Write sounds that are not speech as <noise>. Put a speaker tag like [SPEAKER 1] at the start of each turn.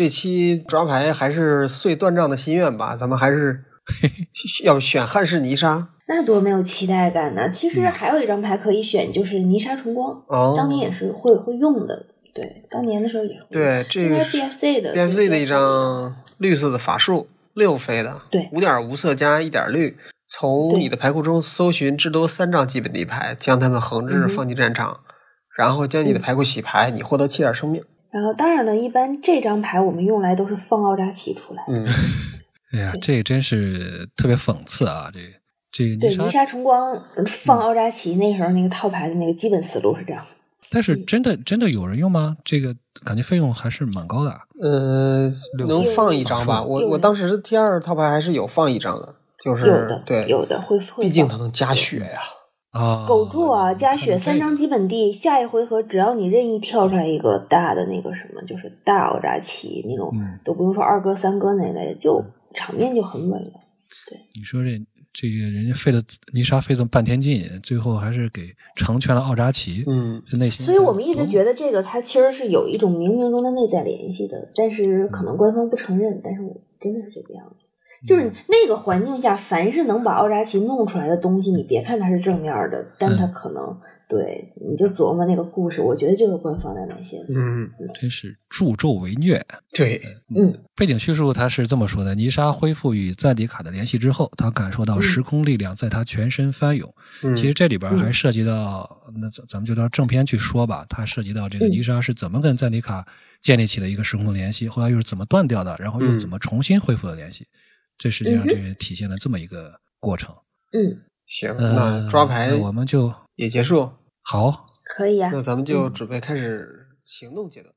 [SPEAKER 1] 这期抓牌还是碎断账的心愿吧，咱们还
[SPEAKER 2] <laughs>
[SPEAKER 1] 是要不选汉室泥沙
[SPEAKER 3] 那多没有期待感呢！其实还有一张牌可以选，就是泥沙重光，
[SPEAKER 1] 嗯哦。
[SPEAKER 3] 当年也是会会用的。对，当年的时候也会用。
[SPEAKER 2] 嗯
[SPEAKER 1] 对，这
[SPEAKER 3] 应
[SPEAKER 1] 个
[SPEAKER 3] 该
[SPEAKER 1] 是
[SPEAKER 3] 是 BFC 的
[SPEAKER 1] BFC 的一。张绿色的法术，六飞的，
[SPEAKER 3] 对
[SPEAKER 1] 五点无色加一点绿。从
[SPEAKER 3] 对
[SPEAKER 1] 你的牌库中搜寻至多三张基本地牌，将它们横置
[SPEAKER 3] 嗯哼
[SPEAKER 1] 放进战场，然后将你的
[SPEAKER 3] 嗯
[SPEAKER 1] 牌库洗牌，你获得七点生命。
[SPEAKER 3] 然后，当然了，一般这张牌我们用来都是放奥扎奇出来。
[SPEAKER 1] 嗯，
[SPEAKER 2] 哎呀，这个真是特别讽刺啊！这这
[SPEAKER 3] 对，泥
[SPEAKER 2] 泥沙，
[SPEAKER 3] 沙重光呃放奥扎奇，那时候那个套牌的那个基本思路是这样。
[SPEAKER 2] 但是真的真的有人用吗？这个感觉费用还是蛮高的啊。
[SPEAKER 1] 呃，
[SPEAKER 2] 六
[SPEAKER 1] 能
[SPEAKER 2] 飞
[SPEAKER 1] 放一张吧？
[SPEAKER 2] 法术
[SPEAKER 1] 我
[SPEAKER 3] 有
[SPEAKER 1] 我
[SPEAKER 3] 人
[SPEAKER 1] 当时 T 二套牌还是有放一张的，就
[SPEAKER 3] 有
[SPEAKER 1] 是
[SPEAKER 3] 的，
[SPEAKER 1] 对，
[SPEAKER 3] 有的会会。
[SPEAKER 1] 毕竟它能加血呀。
[SPEAKER 2] 啊
[SPEAKER 3] 苟住啊，
[SPEAKER 2] 你
[SPEAKER 3] 加
[SPEAKER 2] 看
[SPEAKER 3] 血
[SPEAKER 2] 这
[SPEAKER 3] 三张基本地，下一回合只要你任意跳出来一个大的那个什么，就是大奥扎奇那种，
[SPEAKER 2] 嗯
[SPEAKER 3] 都不用说二哥三哥那类，就
[SPEAKER 1] 嗯
[SPEAKER 3] 场面就很稳了。
[SPEAKER 2] 你说这这个人家费了泥沙费了半天劲，最后还是给成全了奥扎奇，
[SPEAKER 1] 嗯，
[SPEAKER 2] 这内心。
[SPEAKER 3] 所以我们一直觉得这个它其实是有一种冥冥中的内在联系的，但是可能官方不承认，但是我真的是这个样子。
[SPEAKER 2] 嗯
[SPEAKER 3] 就是那个环境下，凡是能把奥扎奇弄出来的东西，你别看它是正面的，但它可能、对，你就琢磨那个故事。我觉得就是官方在埋线索。
[SPEAKER 1] 嗯，
[SPEAKER 2] 真是助纣为虐。
[SPEAKER 1] 对，
[SPEAKER 3] 嗯，
[SPEAKER 2] 背景叙述他是这么说的：泥沙恢复与赞迪卡的联系之后，他感受到
[SPEAKER 3] 嗯
[SPEAKER 2] 时空力量在他全身翻涌。
[SPEAKER 1] 嗯
[SPEAKER 2] 其实这里边
[SPEAKER 3] 嗯
[SPEAKER 2] 还涉及到，那咱咱们就到正片去说吧。它涉及到这个
[SPEAKER 3] 嗯
[SPEAKER 2] 泥沙是怎么跟赞迪卡建立起了一个时空的联系，后来又是怎么断掉的，然后又
[SPEAKER 1] 嗯
[SPEAKER 2] 怎么重新恢复了联系。这实际上
[SPEAKER 3] 嗯哼
[SPEAKER 2] 这是体现了这么一个过程。
[SPEAKER 3] 嗯，
[SPEAKER 1] 行，
[SPEAKER 2] 呃，
[SPEAKER 1] 那抓牌
[SPEAKER 2] 那我们就嗯
[SPEAKER 1] 也结束，
[SPEAKER 2] 好，
[SPEAKER 3] 可以啊。
[SPEAKER 1] 那咱们就准备开始行动阶段。